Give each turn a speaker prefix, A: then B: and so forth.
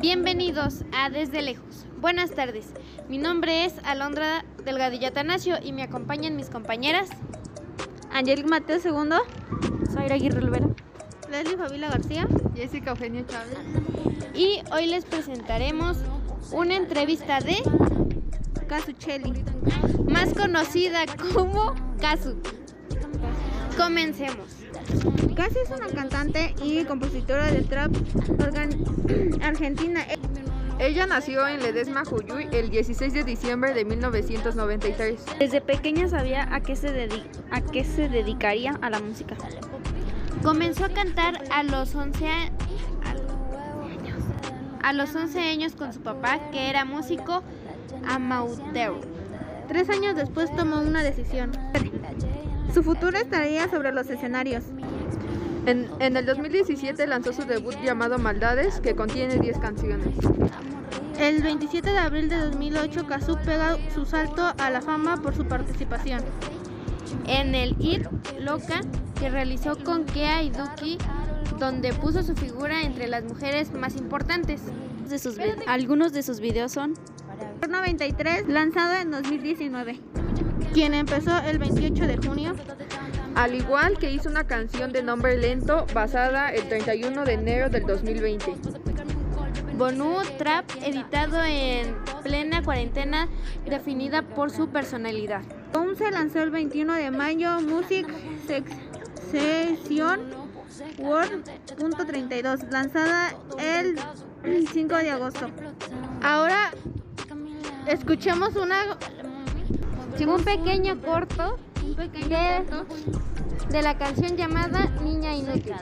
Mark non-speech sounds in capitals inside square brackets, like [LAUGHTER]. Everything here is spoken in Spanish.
A: Bienvenidos a Desde Lejos. Buenas tardes. Mi nombre es Alondra Delgadillo Atanasio y me acompañan mis compañeras
B: Angélica Mateo II, Zaira Aguirre Olvera.
C: Leslie Fabila García.
D: Jessica Eugenia Chávez.
A: y hoy les presentaremos una entrevista de
C: Casuchelli.
A: más conocida como Kazu. Comencemos.
C: Casi es una cantante y compositora de trap organ- [CLEARS THROAT] argentina.
D: Ella nació en Ledesma, Jujuy, el 16 de diciembre de 1993.
B: Desde pequeña sabía a qué se, dedi- a qué se dedicaría a la música.
A: Comenzó a cantar a los 11 a- a los 11 años con su papá, que era músico amateur.
C: Tres años después tomó una decisión. Su futuro estaría sobre los escenarios.
D: En, en el 2017 lanzó su debut llamado Maldades, que contiene 10 canciones.
C: El 27 de abril de 2008, Kazu pega su salto a la fama por su participación.
A: en el It Loca que realizó con Kea y Duki, donde puso su figura entre las mujeres más importantes.
B: De sus vi- algunos de sus videos son
C: Por 93, lanzado en 2019. Quien empezó el 28 de junio.
D: Al igual que hizo una canción de nombre lento basada el 31 de enero del 2020.
A: Bonu Trap, editado en plena cuarentena, definida por su personalidad.
C: Aún se lanzó el 21 de mayo Music Sex- Session World.32, lanzada el 5 de agosto. Ahora escuchemos una
A: Un pequeño corto de, de la canción llamada Niña Inútil.